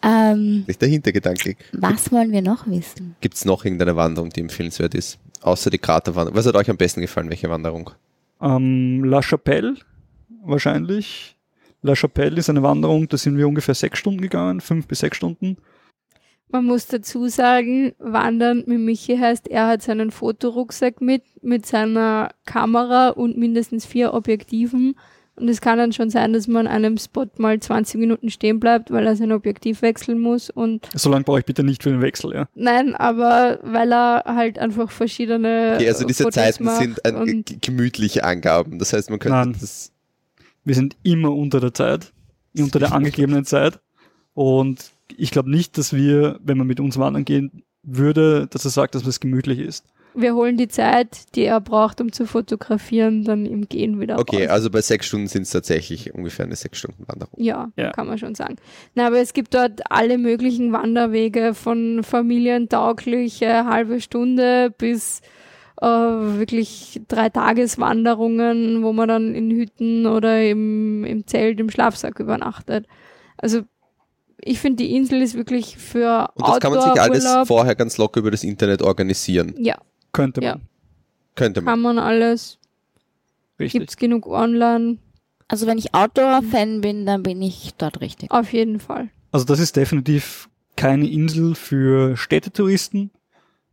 Speaker 3: Ähm,
Speaker 2: nicht der Hintergedanke.
Speaker 3: was wollen wir noch wissen?
Speaker 2: Gibt es noch irgendeine Wanderung, die empfehlenswert ist? Außer die Kraterwanderung. Was hat euch am besten gefallen? Welche Wanderung?
Speaker 1: Ähm, La Chapelle, wahrscheinlich. La Chapelle ist eine Wanderung, da sind wir ungefähr sechs Stunden gegangen, fünf bis sechs Stunden.
Speaker 4: Man muss dazu sagen, Wandern mit Michi heißt, er hat seinen Fotorucksack mit, mit seiner Kamera und mindestens vier Objektiven. Und es kann dann schon sein, dass man an einem Spot mal 20 Minuten stehen bleibt, weil er sein Objektiv wechseln muss. Und
Speaker 1: So lange brauche ich bitte nicht für den Wechsel, ja.
Speaker 4: nein, aber weil er halt einfach verschiedene.
Speaker 2: Okay, also diese
Speaker 4: Fotos
Speaker 2: Zeiten
Speaker 4: macht
Speaker 2: sind ein,
Speaker 4: Äh, und-
Speaker 2: g- gemütliche Angaben. Das heißt, man könnte
Speaker 1: Nein.
Speaker 2: das.
Speaker 1: Wir sind immer unter der Zeit, unter der angegebenen Zeit. Und ich glaube nicht, dass wir, wenn man mit uns wandern gehen würde, dass er sagt, dass es gemütlich ist.
Speaker 4: Wir holen die Zeit, die er braucht, um zu fotografieren, dann im Gehen wieder.
Speaker 2: Okay,
Speaker 4: raus.
Speaker 2: also bei sechs Stunden sind es tatsächlich ungefähr eine sechs Stunden Wanderung.
Speaker 4: Ja,
Speaker 1: Ja.
Speaker 4: kann man schon sagen. Na, aber es gibt dort alle möglichen Wanderwege, von familientaugliche halbe Stunde bis äh, wirklich drei Tageswanderungen, wo man dann in Hütten oder im, im Zelt, im Schlafsack übernachtet. Also ich finde, die Insel ist wirklich für
Speaker 2: Und das kann man sich alles
Speaker 4: Outdoor-Urlaub.
Speaker 2: vorher ganz locker über das Internet organisieren.
Speaker 4: Ja,
Speaker 1: Könnte man.
Speaker 4: Ja.
Speaker 2: Könnte man.
Speaker 4: kann man alles.
Speaker 1: Richtig.
Speaker 4: Gibt's genug online?
Speaker 3: Also wenn ich Outdoor-Fan bin, dann bin ich dort richtig.
Speaker 4: Auf jeden Fall.
Speaker 1: Also das ist definitiv keine Insel für Städtetouristen.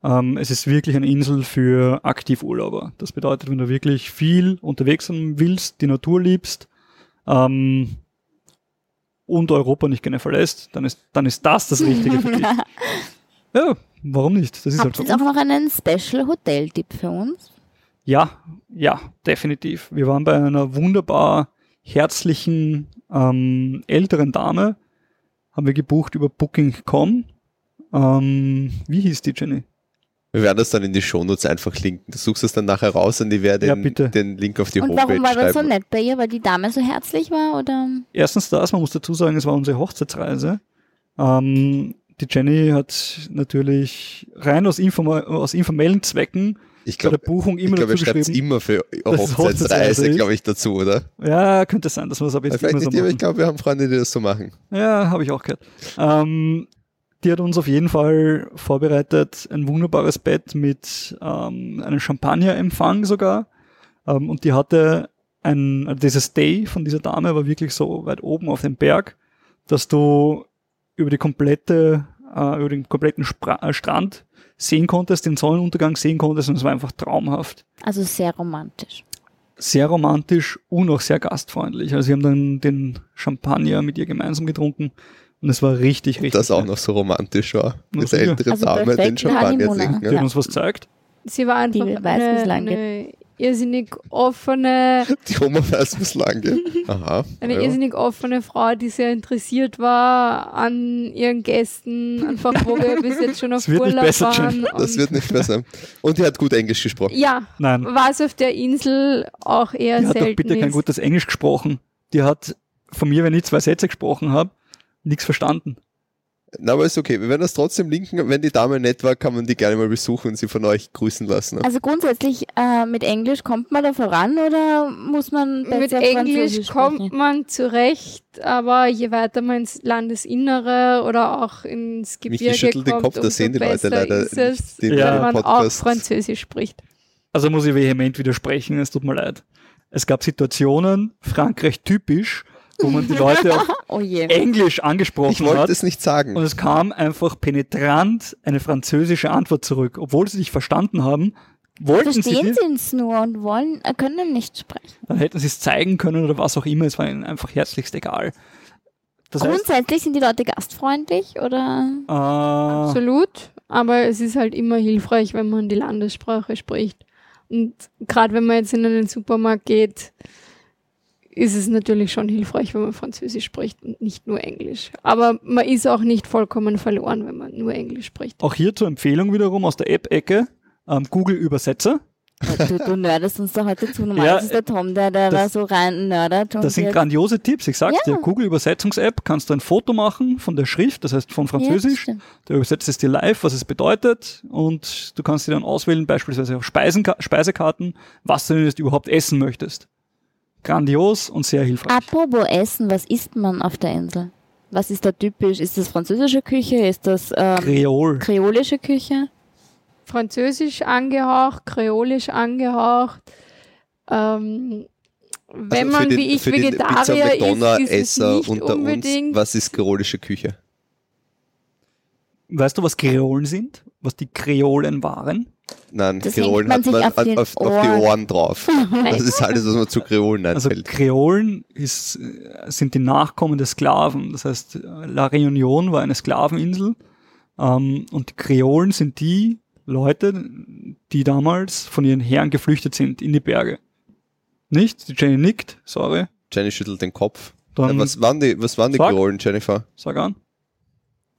Speaker 1: Ähm, es ist wirklich eine Insel für Aktivurlauber. Das bedeutet, wenn du wirklich viel unterwegs sein willst, die Natur liebst ähm, und Europa nicht gerne verlässt, dann ist, dann ist das das Richtige für dich. Ja, warum nicht? Das ist halt
Speaker 3: Habt
Speaker 1: so.
Speaker 3: ihr jetzt auch noch einen Special-Hotel-Tipp für uns?
Speaker 1: Ja, ja, definitiv. Wir waren bei einer wunderbar herzlichen ähm, älteren Dame, haben wir gebucht über Booking.com. Ähm, wie hieß die Jenny?
Speaker 2: Wir werden das dann in die Shownotes einfach linken. Du suchst es dann nachher raus und ich werde
Speaker 1: Ja,
Speaker 2: den,
Speaker 1: bitte.
Speaker 2: den Link auf die
Speaker 3: Und
Speaker 2: Homepage
Speaker 3: warum war das so
Speaker 2: schreiben.
Speaker 3: nett bei ihr? Weil die Dame so herzlich war? Oder?
Speaker 1: Erstens das, man muss dazu sagen, es war unsere Hochzeitsreise. Ähm, die Jenny hat natürlich rein aus, informa aus informellen Zwecken
Speaker 2: ich
Speaker 1: bei der
Speaker 2: glaube,
Speaker 1: Buchung
Speaker 2: ich
Speaker 1: immer
Speaker 2: glaube, ihr
Speaker 1: dazu
Speaker 2: schreibt es
Speaker 1: geschrieben.
Speaker 2: immer für eure
Speaker 1: dass es Hochzeitsreise
Speaker 2: Hochzeitsreise,
Speaker 1: ist.
Speaker 2: glaube ich, dazu, oder?
Speaker 1: Ja, könnte sein, dass wir es ab jetzt
Speaker 2: Vielleicht
Speaker 1: immer so
Speaker 2: Also, nicht, ihr, aber
Speaker 1: machen.
Speaker 2: ich glaube, wir haben Freunde, die das so machen.
Speaker 1: Ja, habe ich auch gehört. Ähm, die hat uns auf jeden Fall vorbereitet, ein wunderbares Bett mit ähm, einem Champagnerempfang sogar. Ähm, und die hatte ein, also dieser Stay von dieser Dame war wirklich so weit oben auf dem Berg, dass du über die komplette, äh, über den kompletten Spra äh, Strand sehen konntest, den Sonnenuntergang sehen konntest und es war einfach traumhaft
Speaker 3: Also sehr romantisch.
Speaker 1: sehr romantisch und auch sehr gastfreundlich. Also wir haben dann den Champagner mit ihr gemeinsam getrunken und es war richtig, richtig.
Speaker 2: das auch
Speaker 1: nett.
Speaker 2: noch so romantisch war.
Speaker 1: Na
Speaker 2: Diese
Speaker 1: sicher.
Speaker 2: ältere
Speaker 3: Also
Speaker 2: Dame den
Speaker 3: perfekt,
Speaker 2: Champagner
Speaker 3: Honeymoon.
Speaker 2: trinken.
Speaker 1: Die hat uns was gezeigt.
Speaker 4: Sie war
Speaker 3: Die
Speaker 4: einfach
Speaker 3: weiß, wo's
Speaker 4: eine,
Speaker 3: lang geht.
Speaker 4: eine irrsinnig offene,
Speaker 2: Die Oma weiß, wo es lang geht. Aha.
Speaker 4: Eine
Speaker 2: ja.
Speaker 4: irrsinnig offene Frau, die sehr interessiert war an ihren Gästen, einfach wo wir bis jetzt schon auf
Speaker 1: Das wird nicht
Speaker 4: Urlaub
Speaker 1: besser,
Speaker 4: waren.
Speaker 2: Das
Speaker 4: und-
Speaker 2: wird nicht besser. Und die hat gut Englisch gesprochen.
Speaker 4: ja,
Speaker 1: Nein,
Speaker 4: was auf der Insel auch eher
Speaker 1: die hat doch
Speaker 4: selten
Speaker 1: bitte
Speaker 4: ist.
Speaker 1: kein gutes Englisch gesprochen. Die hat von mir, wenn ich zwei Sätze gesprochen habe, nichts verstanden.
Speaker 2: Na, aber ist okay. Wir werden das trotzdem linken. Wenn die Dame nett war, kann man die gerne mal besuchen und sie von euch grüßen lassen.
Speaker 3: Also grundsätzlich äh, mit Englisch kommt man da voran oder muss man besser
Speaker 4: Mit Englisch
Speaker 3: Französisch
Speaker 4: kommt
Speaker 3: sprechen?
Speaker 4: man zurecht, aber je weiter man ins Landesinnere oder auch ins Gebirge
Speaker 2: Michi schüttelt
Speaker 4: kommt,
Speaker 2: den Kopf, das
Speaker 4: umso
Speaker 2: sehen die Leute
Speaker 4: besser
Speaker 2: leider
Speaker 4: ist es,
Speaker 2: nicht, die
Speaker 1: Ja.
Speaker 4: wenn man auch
Speaker 2: Podcast-
Speaker 4: Französisch spricht.
Speaker 1: Also muss ich vehement widersprechen, es tut mir leid. Es gab Situationen, Frankreich typisch, wo man die Leute auf
Speaker 3: Oh je.
Speaker 1: Äh, Englisch angesprochen
Speaker 2: Ich wollte
Speaker 1: hat.
Speaker 2: es nicht sagen.
Speaker 1: Und es kam einfach penetrant eine französische Antwort zurück. Obwohl sie dich verstanden haben, wollten sie
Speaker 3: Verstehen
Speaker 1: dir,
Speaker 3: sie es nur und wollen, äh, können nicht sprechen.
Speaker 1: dann hätten sie es zeigen können oder was auch immer. Es war ihnen einfach herzlichst egal. Das heißt,
Speaker 3: Grundsätzlich sind die Leute gastfreundlich oder
Speaker 1: äh,
Speaker 4: Absolut, aber es ist halt immer hilfreich, wenn man die Landessprache spricht. Und gerade wenn man jetzt in einen Supermarkt geht, ist es natürlich schon hilfreich, wenn man Französisch spricht und nicht nur Englisch. Aber man ist auch nicht vollkommen verloren, wenn man nur Englisch spricht.
Speaker 1: Auch hier zur Empfehlung wiederum aus der App-Ecke, ähm, Google Übersetzer.
Speaker 3: Du, du nerdest uns da heute zu. Normal ist der Tom, der, der
Speaker 1: das-
Speaker 3: da so rein nerdert. und
Speaker 1: Das sind
Speaker 3: jetzt-
Speaker 1: grandiose Tipps. Ich sag's
Speaker 3: Oh, Ja.
Speaker 1: dir, Google Übersetzungs-App kannst du ein Foto machen von der Schrift, das heißt von Französisch.
Speaker 3: Ja, das stimmt.
Speaker 1: Der übersetzt es dir live, was es bedeutet und du kannst dir dann auswählen, beispielsweise auf Speisenka Speisekarten, was du denn jetzt überhaupt essen möchtest. Grandios und sehr hilfreich.
Speaker 3: Apropos Essen, was isst man auf der Insel? Was ist da typisch? Ist das französische Küche? Ist das ähm,
Speaker 1: Kreol.
Speaker 3: kreolische Küche?
Speaker 4: Französisch angehaucht, kreolisch angehaucht. Ähm, wenn
Speaker 2: Also für
Speaker 4: man
Speaker 2: den,
Speaker 4: wie ich
Speaker 2: für den
Speaker 4: Vegetarier
Speaker 2: Pizza
Speaker 4: ist, ist es
Speaker 2: Esser
Speaker 4: nicht
Speaker 2: unter
Speaker 4: unbedingt.
Speaker 2: uns, was ist kreolische Küche?
Speaker 1: Weißt du, was Kreolen sind? Was die Kreolen waren?
Speaker 2: Nein,
Speaker 3: Das
Speaker 2: Kreolen
Speaker 3: hängt man
Speaker 2: hat man
Speaker 3: sich auf
Speaker 2: auf,
Speaker 3: den
Speaker 2: auf, auf die
Speaker 3: Ohren.
Speaker 2: Ohren drauf. Das ist alles, was man zu Kreolen
Speaker 1: Also
Speaker 2: einfällt.
Speaker 1: Kreolen ist, äh, sind die Nachkommen der Sklaven. Das heißt, äh, La Réunion war eine Sklaveninsel. Ähm, und die Kreolen sind die Leute, die damals von ihren Herren geflüchtet sind in die Berge. Nicht? Die Jenny nickt, sorry,
Speaker 2: Jenny schüttelt den Kopf.
Speaker 1: Dann-
Speaker 2: ja, was waren die, was waren die
Speaker 1: Sag.
Speaker 2: Kreolen, Jennifer?
Speaker 1: sag an.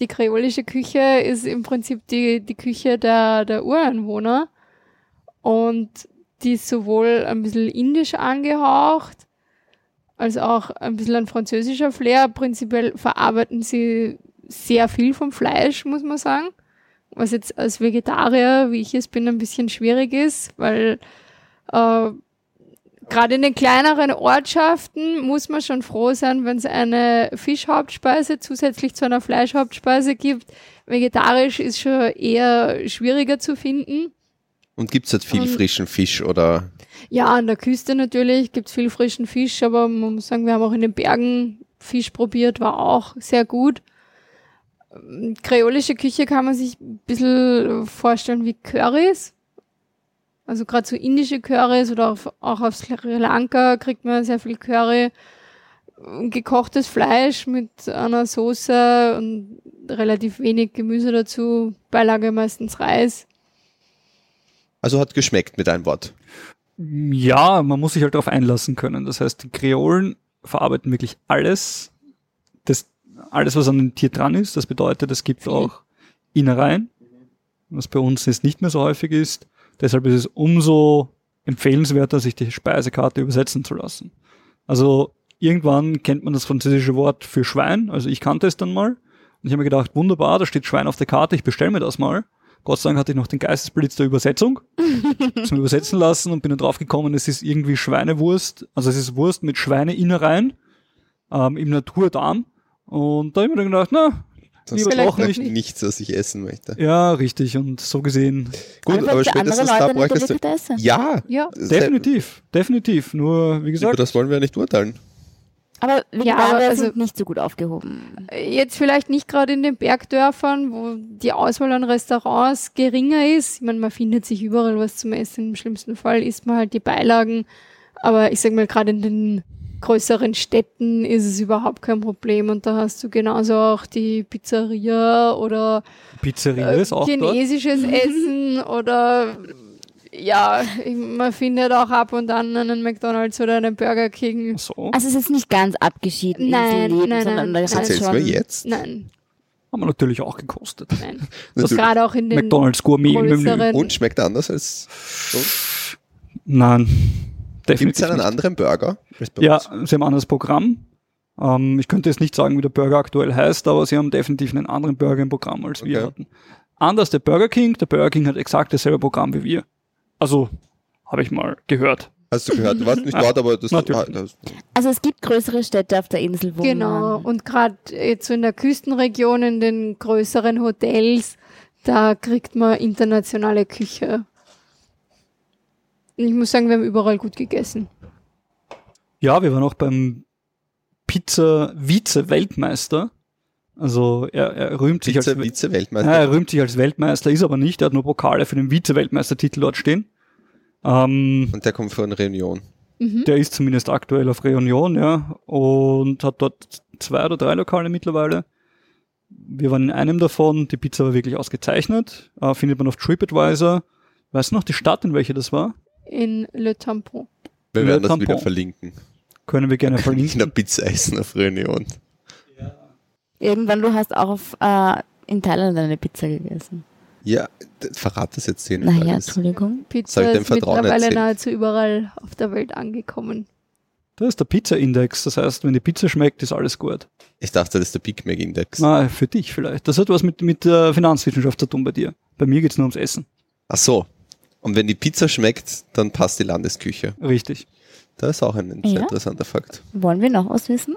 Speaker 4: Die kreolische Küche ist im Prinzip die, die Küche der, der Ureinwohner. Und die ist sowohl ein bisschen indisch angehaucht, als auch ein bisschen ein französischer Flair. Prinzipiell verarbeiten sie sehr viel vom Fleisch, muss man sagen. Was jetzt als Vegetarier, wie ich es bin, ein bisschen schwierig ist, weil äh, gerade in den kleineren Ortschaften muss man schon froh sein, wenn es eine Fischhauptspeise zusätzlich zu einer Fleischhauptspeise gibt. Vegetarisch ist schon eher schwieriger zu finden.
Speaker 2: Und gibt's halt viel
Speaker 4: Ähm,
Speaker 2: frischen Fisch oder
Speaker 4: Ja, an der Küste natürlich gibt's viel frischen Fisch, aber man muss sagen, wir haben auch in den Bergen Fisch probiert, war auch sehr gut. Ähm, Kreolische Küche kann man sich ein bisschen vorstellen wie Currys. Also gerade so indische Currys oder auf, auch auf Sri Lanka kriegt man sehr viel Curry. Ähm, Gekochtes Fleisch mit einer Soße und relativ wenig Gemüse dazu. Beilage meistens Reis.
Speaker 2: also hat geschmeckt mit einem Wort.
Speaker 1: Ja, man muss sich halt darauf einlassen können. Das heißt, die Kreolen verarbeiten wirklich alles, das, alles, was an dem Tier dran ist. Das bedeutet, es gibt auch Innereien, was bei uns jetzt nicht mehr so häufig ist. Deshalb ist es umso empfehlenswerter, sich die Speisekarte übersetzen zu lassen. Also irgendwann kennt man das französische Wort für Schwein. Also ich kannte es dann mal. Und ich habe mir gedacht, wunderbar, da steht Schwein auf der Karte, ich bestelle mir das mal. Gott sei Dank hatte ich noch den Geistesblitz der Übersetzung zum Übersetzen lassen und bin dann draufgekommen, es ist irgendwie Schweinewurst, also es ist Wurst mit Schweineinnereien ähm, im Naturdarm. Und da habe ich mir dann gedacht, na,
Speaker 2: Das
Speaker 1: Lieber
Speaker 2: ist
Speaker 4: auch
Speaker 2: nicht.
Speaker 4: nicht.
Speaker 2: nichts, was ich essen möchte.
Speaker 1: ja, richtig. Und so gesehen,
Speaker 2: Gut,
Speaker 3: Einfach
Speaker 2: aber
Speaker 3: für andere
Speaker 2: spätestens
Speaker 3: Leute
Speaker 2: da
Speaker 3: nicht
Speaker 2: bräuchtest du.
Speaker 3: erledigt essen.
Speaker 2: Ja,
Speaker 4: Ja.
Speaker 1: definitiv, definitiv. Nur, wie
Speaker 2: Über
Speaker 1: gesagt,
Speaker 2: das wollen wir nicht urteilen.
Speaker 3: Aber Vegetarier
Speaker 4: aber also-
Speaker 3: sind nicht so gut aufgehoben.
Speaker 4: jetzt vielleicht nicht gerade in den Bergdörfern, wo die Auswahl an Restaurants geringer ist. Ich meine, man findet sich überall was zum Essen. Im schlimmsten Fall isst man halt die Beilagen. Aber ich sag mal, gerade in den größeren Städten ist es überhaupt kein Problem. Und da hast du genauso auch die Pizzeria oder
Speaker 1: Pizzeria
Speaker 4: äh,
Speaker 1: ist auch dort.
Speaker 4: chinesisches Essen oder ja, ich- man findet auch ab und an einen McDonalds oder einen Burger King.
Speaker 1: So,
Speaker 3: Also es ist nicht ganz abgeschieden
Speaker 4: Nein,
Speaker 3: Inselleben,
Speaker 4: nein,
Speaker 3: sondern
Speaker 4: nein.
Speaker 3: da
Speaker 4: Das
Speaker 2: Das
Speaker 3: kann
Speaker 2: erzählst du
Speaker 3: schon.
Speaker 2: mir jetzt.
Speaker 4: Nein,
Speaker 1: haben wir natürlich auch gekostet.
Speaker 4: nein.
Speaker 2: Natürlich.
Speaker 4: Gerade auch in den
Speaker 1: McDonalds Gourmet im Menü.
Speaker 4: größeren
Speaker 2: Und schmeckt anders als.
Speaker 1: Nein,
Speaker 2: Gibt es
Speaker 1: definitiv.
Speaker 2: einen
Speaker 1: nicht.
Speaker 2: anderen Burger? als bei
Speaker 1: Ja,
Speaker 2: uns?
Speaker 1: sie haben ein anderes Programm. Ähm, ich könnte jetzt nicht sagen, wie der Burger aktuell heißt, aber sie haben definitiv einen anderen Burger im Programm als wir
Speaker 2: Okay.
Speaker 1: hatten. Anders der Burger King. Der Burger King hat exakt dasselbe Programm wie wir. Also, habe ich mal gehört.
Speaker 2: Hast du gehört? Du warst nicht dort, aber das,
Speaker 1: Natürlich.
Speaker 2: ah, das
Speaker 3: Also es gibt größere Städte auf der Insel, wo
Speaker 4: Genau,
Speaker 3: man...
Speaker 4: und gerade jetzt so in der Küstenregion, in den größeren Hotels, da kriegt man internationale Küche. Und Ich muss sagen, wir haben überall gut gegessen.
Speaker 1: Ja, wir waren auch beim Pizza-Vize-Weltmeister. Also, er, er rühmt sich
Speaker 2: Vize,
Speaker 1: als
Speaker 2: Vize-Weltmeister.
Speaker 1: Ja, er rühmt sich als Weltmeister, ist aber nicht. Er hat nur Pokale für den Vize-Weltmeistertitel dort stehen. Ähm,
Speaker 2: Und der kommt von Reunion.
Speaker 1: Der ist zumindest aktuell auf Reunion, ja, und hat dort zwei oder drei Lokale mittlerweile. Wir waren in einem davon, die Pizza war wirklich ausgezeichnet. Äh, findet man auf TripAdvisor. Weißt du noch die Stadt, in welche das war?
Speaker 4: In Le Tampon.
Speaker 2: Wir
Speaker 1: Le
Speaker 2: werden das
Speaker 1: Tampon.
Speaker 2: wieder verlinken.
Speaker 1: können wir gerne
Speaker 2: Ich
Speaker 1: verlinken.
Speaker 2: eine Pizza essen auf Reunion.
Speaker 3: Irgendwann, du hast auch auf, äh, in Thailand eine Pizza gegessen.
Speaker 2: Ja, d- verrat Genau, das jetzt denen.
Speaker 3: Naja,
Speaker 2: alles.
Speaker 3: Entschuldigung.
Speaker 2: Soll ich
Speaker 4: Pizza
Speaker 2: dem
Speaker 4: ist
Speaker 2: Vertrauen
Speaker 4: mittlerweile
Speaker 2: erzählen?
Speaker 4: nahezu überall auf der Welt angekommen.
Speaker 1: Da ist der Pizza-Index. Das heißt, wenn die Pizza schmeckt, ist alles gut.
Speaker 2: ich dachte, das ist der Big Mac Index.
Speaker 1: Na, für dich vielleicht. Das hat was mit, mit der Finanzwissenschaft zu tun bei dir. Bei mir geht's nur ums Essen.
Speaker 2: Ach so. Und wenn die Pizza schmeckt, dann passt die Landesküche.
Speaker 1: Richtig.
Speaker 2: Das ist auch ein sehr
Speaker 3: Ja.
Speaker 2: interessanter Fakt.
Speaker 3: Wollen wir noch was wissen?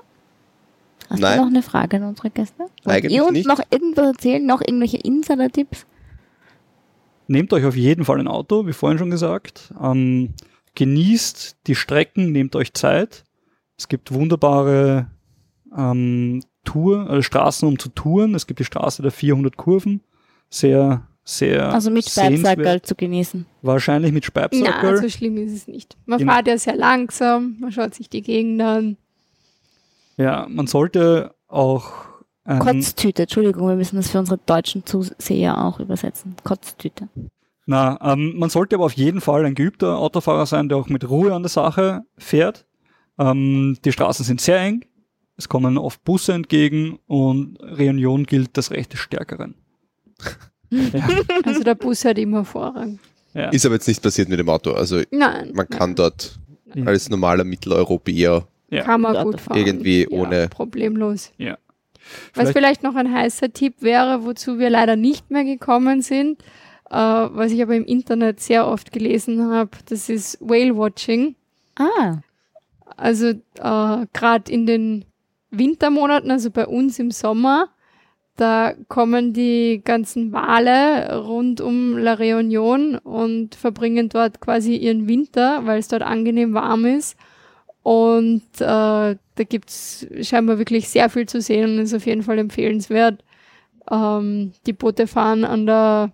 Speaker 3: Hast
Speaker 2: Nein.
Speaker 3: du noch eine Frage an unsere Gäste? Wollt
Speaker 2: Eigentlich
Speaker 3: ihr uns
Speaker 2: nicht.
Speaker 3: noch irgendwas erzählen? Noch irgendwelche Insider-Tipps?
Speaker 1: Nehmt euch auf jeden Fall ein Auto, wie vorhin schon gesagt. Ähm, genießt die Strecken, nehmt euch Zeit. Es gibt wunderbare ähm, Tour, äh, Straßen, um zu touren. Es gibt die Straße der 400 Kurven. Sehr, sehr.
Speaker 3: Also mit
Speaker 1: sehenswert.
Speaker 3: Speibsackerl also zu genießen.
Speaker 1: Wahrscheinlich mit
Speaker 4: Na,
Speaker 2: also
Speaker 1: Speibsackerl.
Speaker 4: so schlimm ist es nicht. Man
Speaker 1: Genau.
Speaker 4: fährt ja sehr langsam, man schaut sich die Gegend an.
Speaker 1: ja, man sollte auch. ein-
Speaker 3: Kotztüte, Entschuldigung, wir müssen das für unsere deutschen Zuseher auch übersetzen. Kotztüte.
Speaker 1: Na, ähm, man sollte aber auf jeden Fall ein geübter Autofahrer sein, der auch mit Ruhe an der Sache fährt. Ähm, die Straßen sind sehr eng, es kommen oft Busse entgegen und Reunion gilt das Recht des Stärkeren. ja,
Speaker 4: Also der Bus hat immer Vorrang.
Speaker 1: ja.
Speaker 2: Ist aber jetzt nicht passiert mit dem Auto. Also
Speaker 4: Nein.
Speaker 2: man kann dort
Speaker 1: Ja.
Speaker 2: als normaler Mitteleuropäer
Speaker 1: Ja.
Speaker 4: Kann man
Speaker 3: Ja,
Speaker 4: gut
Speaker 3: das-
Speaker 4: fahren.
Speaker 2: Irgendwie ohne-
Speaker 4: Problemlos.
Speaker 1: Ja.
Speaker 4: Was
Speaker 1: Vielleicht-
Speaker 4: vielleicht noch ein heißer Tipp wäre, wozu wir leider nicht mehr gekommen sind, äh, was ich aber im Internet sehr oft gelesen habe, das ist Whale Watching.
Speaker 3: Ah,
Speaker 4: Also äh, gerade in den Wintermonaten, also bei uns im Sommer, da kommen die ganzen Wale rund um La Réunion und verbringen dort quasi ihren Winter, weil es dort angenehm warm ist. Und äh, da gibt's scheinbar wirklich sehr viel zu sehen und ist auf jeden Fall empfehlenswert. Ähm, die Boote fahren an der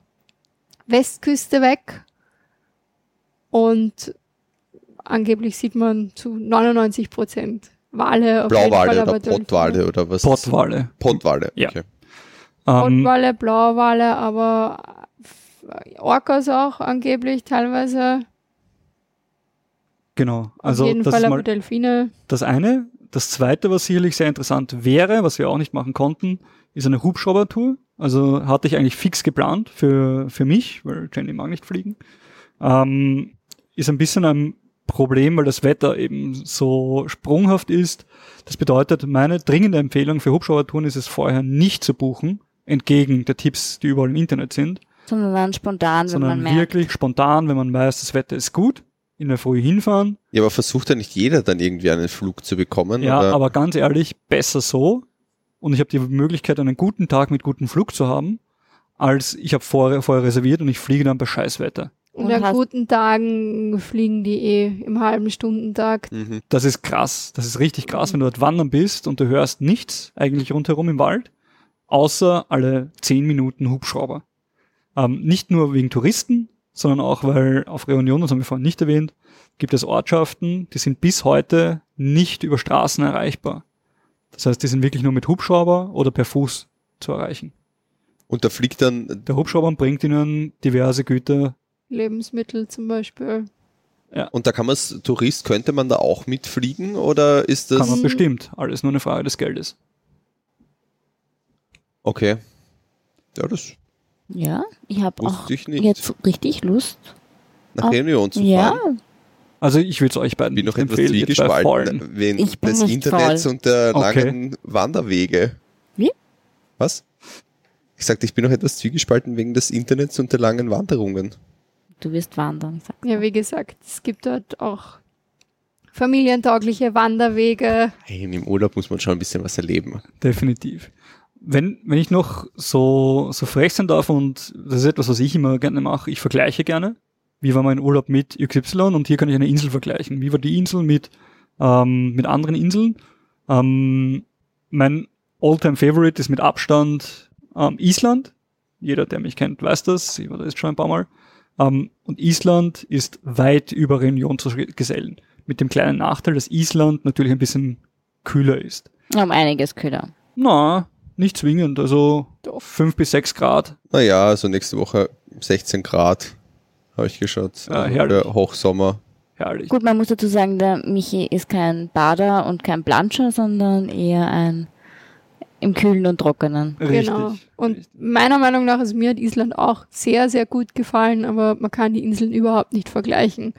Speaker 4: Westküste weg und angeblich sieht man zu 99 Prozent Wale. Auf jeden
Speaker 2: Blauwale
Speaker 4: Fall, aber
Speaker 2: oder
Speaker 4: dort-
Speaker 2: Pottwale oder was?
Speaker 1: Pottwale.
Speaker 2: Pottwale,
Speaker 1: Ja.
Speaker 2: okay.
Speaker 1: Ähm,
Speaker 4: Rotwale, Blauwale, aber Orcas auch angeblich teilweise.
Speaker 1: genau. Also
Speaker 4: Auf jeden
Speaker 1: das
Speaker 4: Fall
Speaker 1: ist
Speaker 4: aber
Speaker 1: mal
Speaker 4: Delfine.
Speaker 1: das eine. Das zweite, was sicherlich sehr interessant wäre, was wir auch nicht machen konnten, ist eine Hubschraubertour. Also hatte ich eigentlich fix geplant für, für mich, weil Jenny mag nicht fliegen. Ähm, ist ein bisschen ein Problem, weil das Wetter eben so sprunghaft ist. Das bedeutet, meine dringende Empfehlung für Hubschraubertouren ist es vorher nicht zu buchen, entgegen der Tipps, die überall im Internet sind
Speaker 3: sondern dann spontan, wenn Also man
Speaker 1: sondern
Speaker 3: merkt.
Speaker 1: wirklich spontan, wenn man weiß, das Wetter ist gut, in der Früh hinfahren.
Speaker 2: Ja, aber versucht ja nicht jeder dann irgendwie einen Flug zu bekommen.
Speaker 1: Ja,
Speaker 2: oder?
Speaker 1: aber ganz ehrlich, besser so. Und ich habe die Möglichkeit, einen guten Tag mit gutem Flug zu haben, als ich habe vorher, vorher reserviert und ich fliege dann bei Scheißwetter.
Speaker 4: Und,
Speaker 3: Und
Speaker 4: an
Speaker 3: hast-
Speaker 4: guten Tagen fliegen die eh im halben Stundentag.
Speaker 2: Mhm.
Speaker 1: Das ist krass. Das ist richtig krass, wenn du dort wandern bist und du hörst nichts eigentlich rundherum im Wald, außer alle zehn Minuten Hubschrauber. Ähm, nicht nur wegen Touristen, sondern auch, weil auf Reunion, das haben wir vorhin nicht erwähnt, gibt es Ortschaften, die sind bis heute nicht über Straßen erreichbar. Das heißt, die sind wirklich nur mit Hubschrauber oder per Fuß zu erreichen.
Speaker 2: Und da fliegt dann,
Speaker 1: Der Hubschrauber bringt ihnen diverse Güter.
Speaker 4: Lebensmittel zum Beispiel.
Speaker 2: und da kann man als Tourist, könnte man da auch mitfliegen oder ist
Speaker 1: Kann
Speaker 2: das,
Speaker 1: man bestimmt. Alles nur eine Frage des Geldes.
Speaker 2: okay. Ja, das
Speaker 3: Ja, ich habe auch
Speaker 2: wusste ich nicht.
Speaker 3: jetzt richtig Lust.
Speaker 2: Nach
Speaker 3: auch-
Speaker 2: Reunion zu
Speaker 3: Ja,
Speaker 2: fahren.
Speaker 1: Also Ah, ich würde es euch beiden
Speaker 2: Bin noch
Speaker 1: nicht
Speaker 2: etwas ne?
Speaker 1: empfehlen, ihr zwei Faulen.
Speaker 2: zwiegespalten wegen
Speaker 3: Ich bin
Speaker 2: des
Speaker 3: nicht
Speaker 2: Internets
Speaker 3: faul.
Speaker 2: und der
Speaker 1: Okay.
Speaker 2: langen Wanderwege.
Speaker 3: Wie?
Speaker 2: Was? Ich sagte, ich bin noch etwas zwiegespalten wegen des Internets und der langen Wanderungen.
Speaker 3: du wirst wandern. ich sag's
Speaker 4: Ja, wie gesagt, es gibt dort auch familientaugliche Wanderwege.
Speaker 2: Nein, im Urlaub muss man schon ein bisschen was erleben.
Speaker 1: Definitiv. Wenn, wenn ich noch so, so frech sein darf, und das ist etwas, was ich immer gerne mache, ich vergleiche gerne, wie war mein Urlaub mit XY und hier kann ich eine Insel vergleichen. Wie war die Insel mit, ähm, mit anderen Inseln? Ähm, mein Alltime favorite ist mit Abstand ähm, Island. Jeder, der mich kennt, weiß das. Ich war da jetzt schon ein paar Mal. Ähm, und Island ist weit über Reunion zu gesellen. Mit dem kleinen Nachteil, dass Island natürlich ein bisschen kühler ist.
Speaker 3: mal. Um einiges köder.
Speaker 1: Na, nicht zwingend. Also
Speaker 4: Doch.
Speaker 1: fünf bis sechs Grad.
Speaker 2: Naja, also nächste Woche 16 Grad habe ich geschaut.
Speaker 1: Ah,
Speaker 2: Also
Speaker 1: herrlich.
Speaker 2: für Hochsommer.
Speaker 1: Herrlich.
Speaker 3: Gut, man muss dazu sagen, der Michi ist kein Bader und kein Planscher, sondern eher ein im Kühlen und Trockenen.
Speaker 1: Richtig.
Speaker 4: genau. Und
Speaker 1: richtig.
Speaker 4: meiner Meinung nach, also mir hat Island auch sehr, sehr gut gefallen, aber man kann die Inseln überhaupt nicht vergleichen,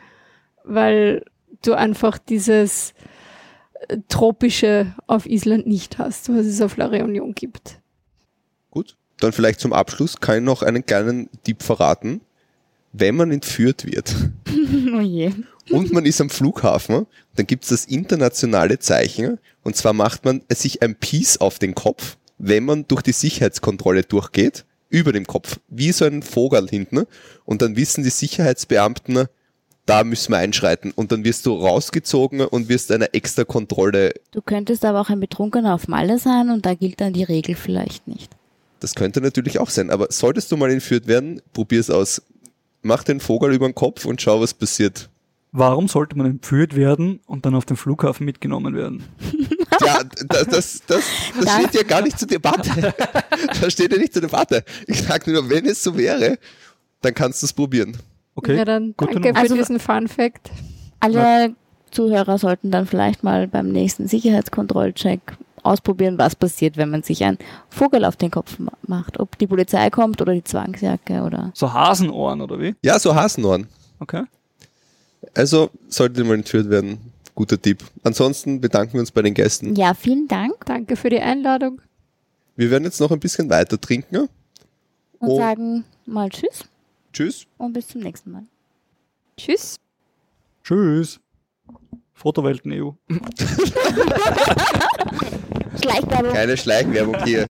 Speaker 4: weil du einfach dieses äh, Tropische auf Island nicht hast, was es auf La Reunion gibt.
Speaker 2: Gut. Dann vielleicht zum Abschluss kann ich noch einen kleinen Tipp verraten. Wenn man entführt wird
Speaker 3: Oh je.
Speaker 2: und man ist am Flughafen, dann gibt's das internationale Zeichen. Und zwar macht man sich ein Piece auf den Kopf, wenn man durch die Sicherheitskontrolle durchgeht, über dem Kopf, wie so ein Vogel hinten. Und dann wissen die Sicherheitsbeamten, da müssen wir einschreiten. Und dann wirst du rausgezogen und wirst einer extra Kontrolle.
Speaker 3: Du könntest aber auch ein Betrunkener auf Malle sein und da gilt dann die Regel vielleicht nicht.
Speaker 2: Das könnte natürlich auch sein. Aber solltest du mal entführt werden, probier's aus. Mach den Vogel über den Kopf und schau, was passiert.
Speaker 1: Warum sollte man entführt werden und dann auf den Flughafen mitgenommen werden?
Speaker 2: Ja, das, das, das, das
Speaker 3: Da-
Speaker 2: steht ja gar nicht zur Debatte. Das steht ja nicht zur Debatte. Ich sag nur, wenn es so wäre, dann kannst du es probieren.
Speaker 1: Okay.
Speaker 4: ja, dann
Speaker 1: gute
Speaker 4: danke für
Speaker 1: Nummer.
Speaker 3: Also-
Speaker 4: diesen Fun Fact.
Speaker 3: Alle Zuhörer sollten dann vielleicht mal beim nächsten Sicherheitskontrollcheck ausprobieren, was passiert, wenn man sich einen Vogel auf den Kopf ma- macht. Ob die Polizei kommt oder die Zwangsjacke oder.
Speaker 1: So Hasenohren oder wie?
Speaker 2: Ja, so Hasenohren.
Speaker 1: Okay.
Speaker 2: Also sollte mal entführt werden. Guter Tipp. Ansonsten bedanken wir uns bei den Gästen.
Speaker 3: Ja, vielen Dank
Speaker 4: Danke für die Einladung.
Speaker 2: Wir werden jetzt noch ein bisschen weiter trinken.
Speaker 3: und
Speaker 2: Oh.
Speaker 3: sagen mal Tschüss
Speaker 2: Tschüss.
Speaker 3: und bis zum nächsten Mal.
Speaker 4: Tschüss.
Speaker 1: Tschüss. Fotowelten EU.
Speaker 3: Schleichwerbung.
Speaker 2: Keine Schleichwerbung hier.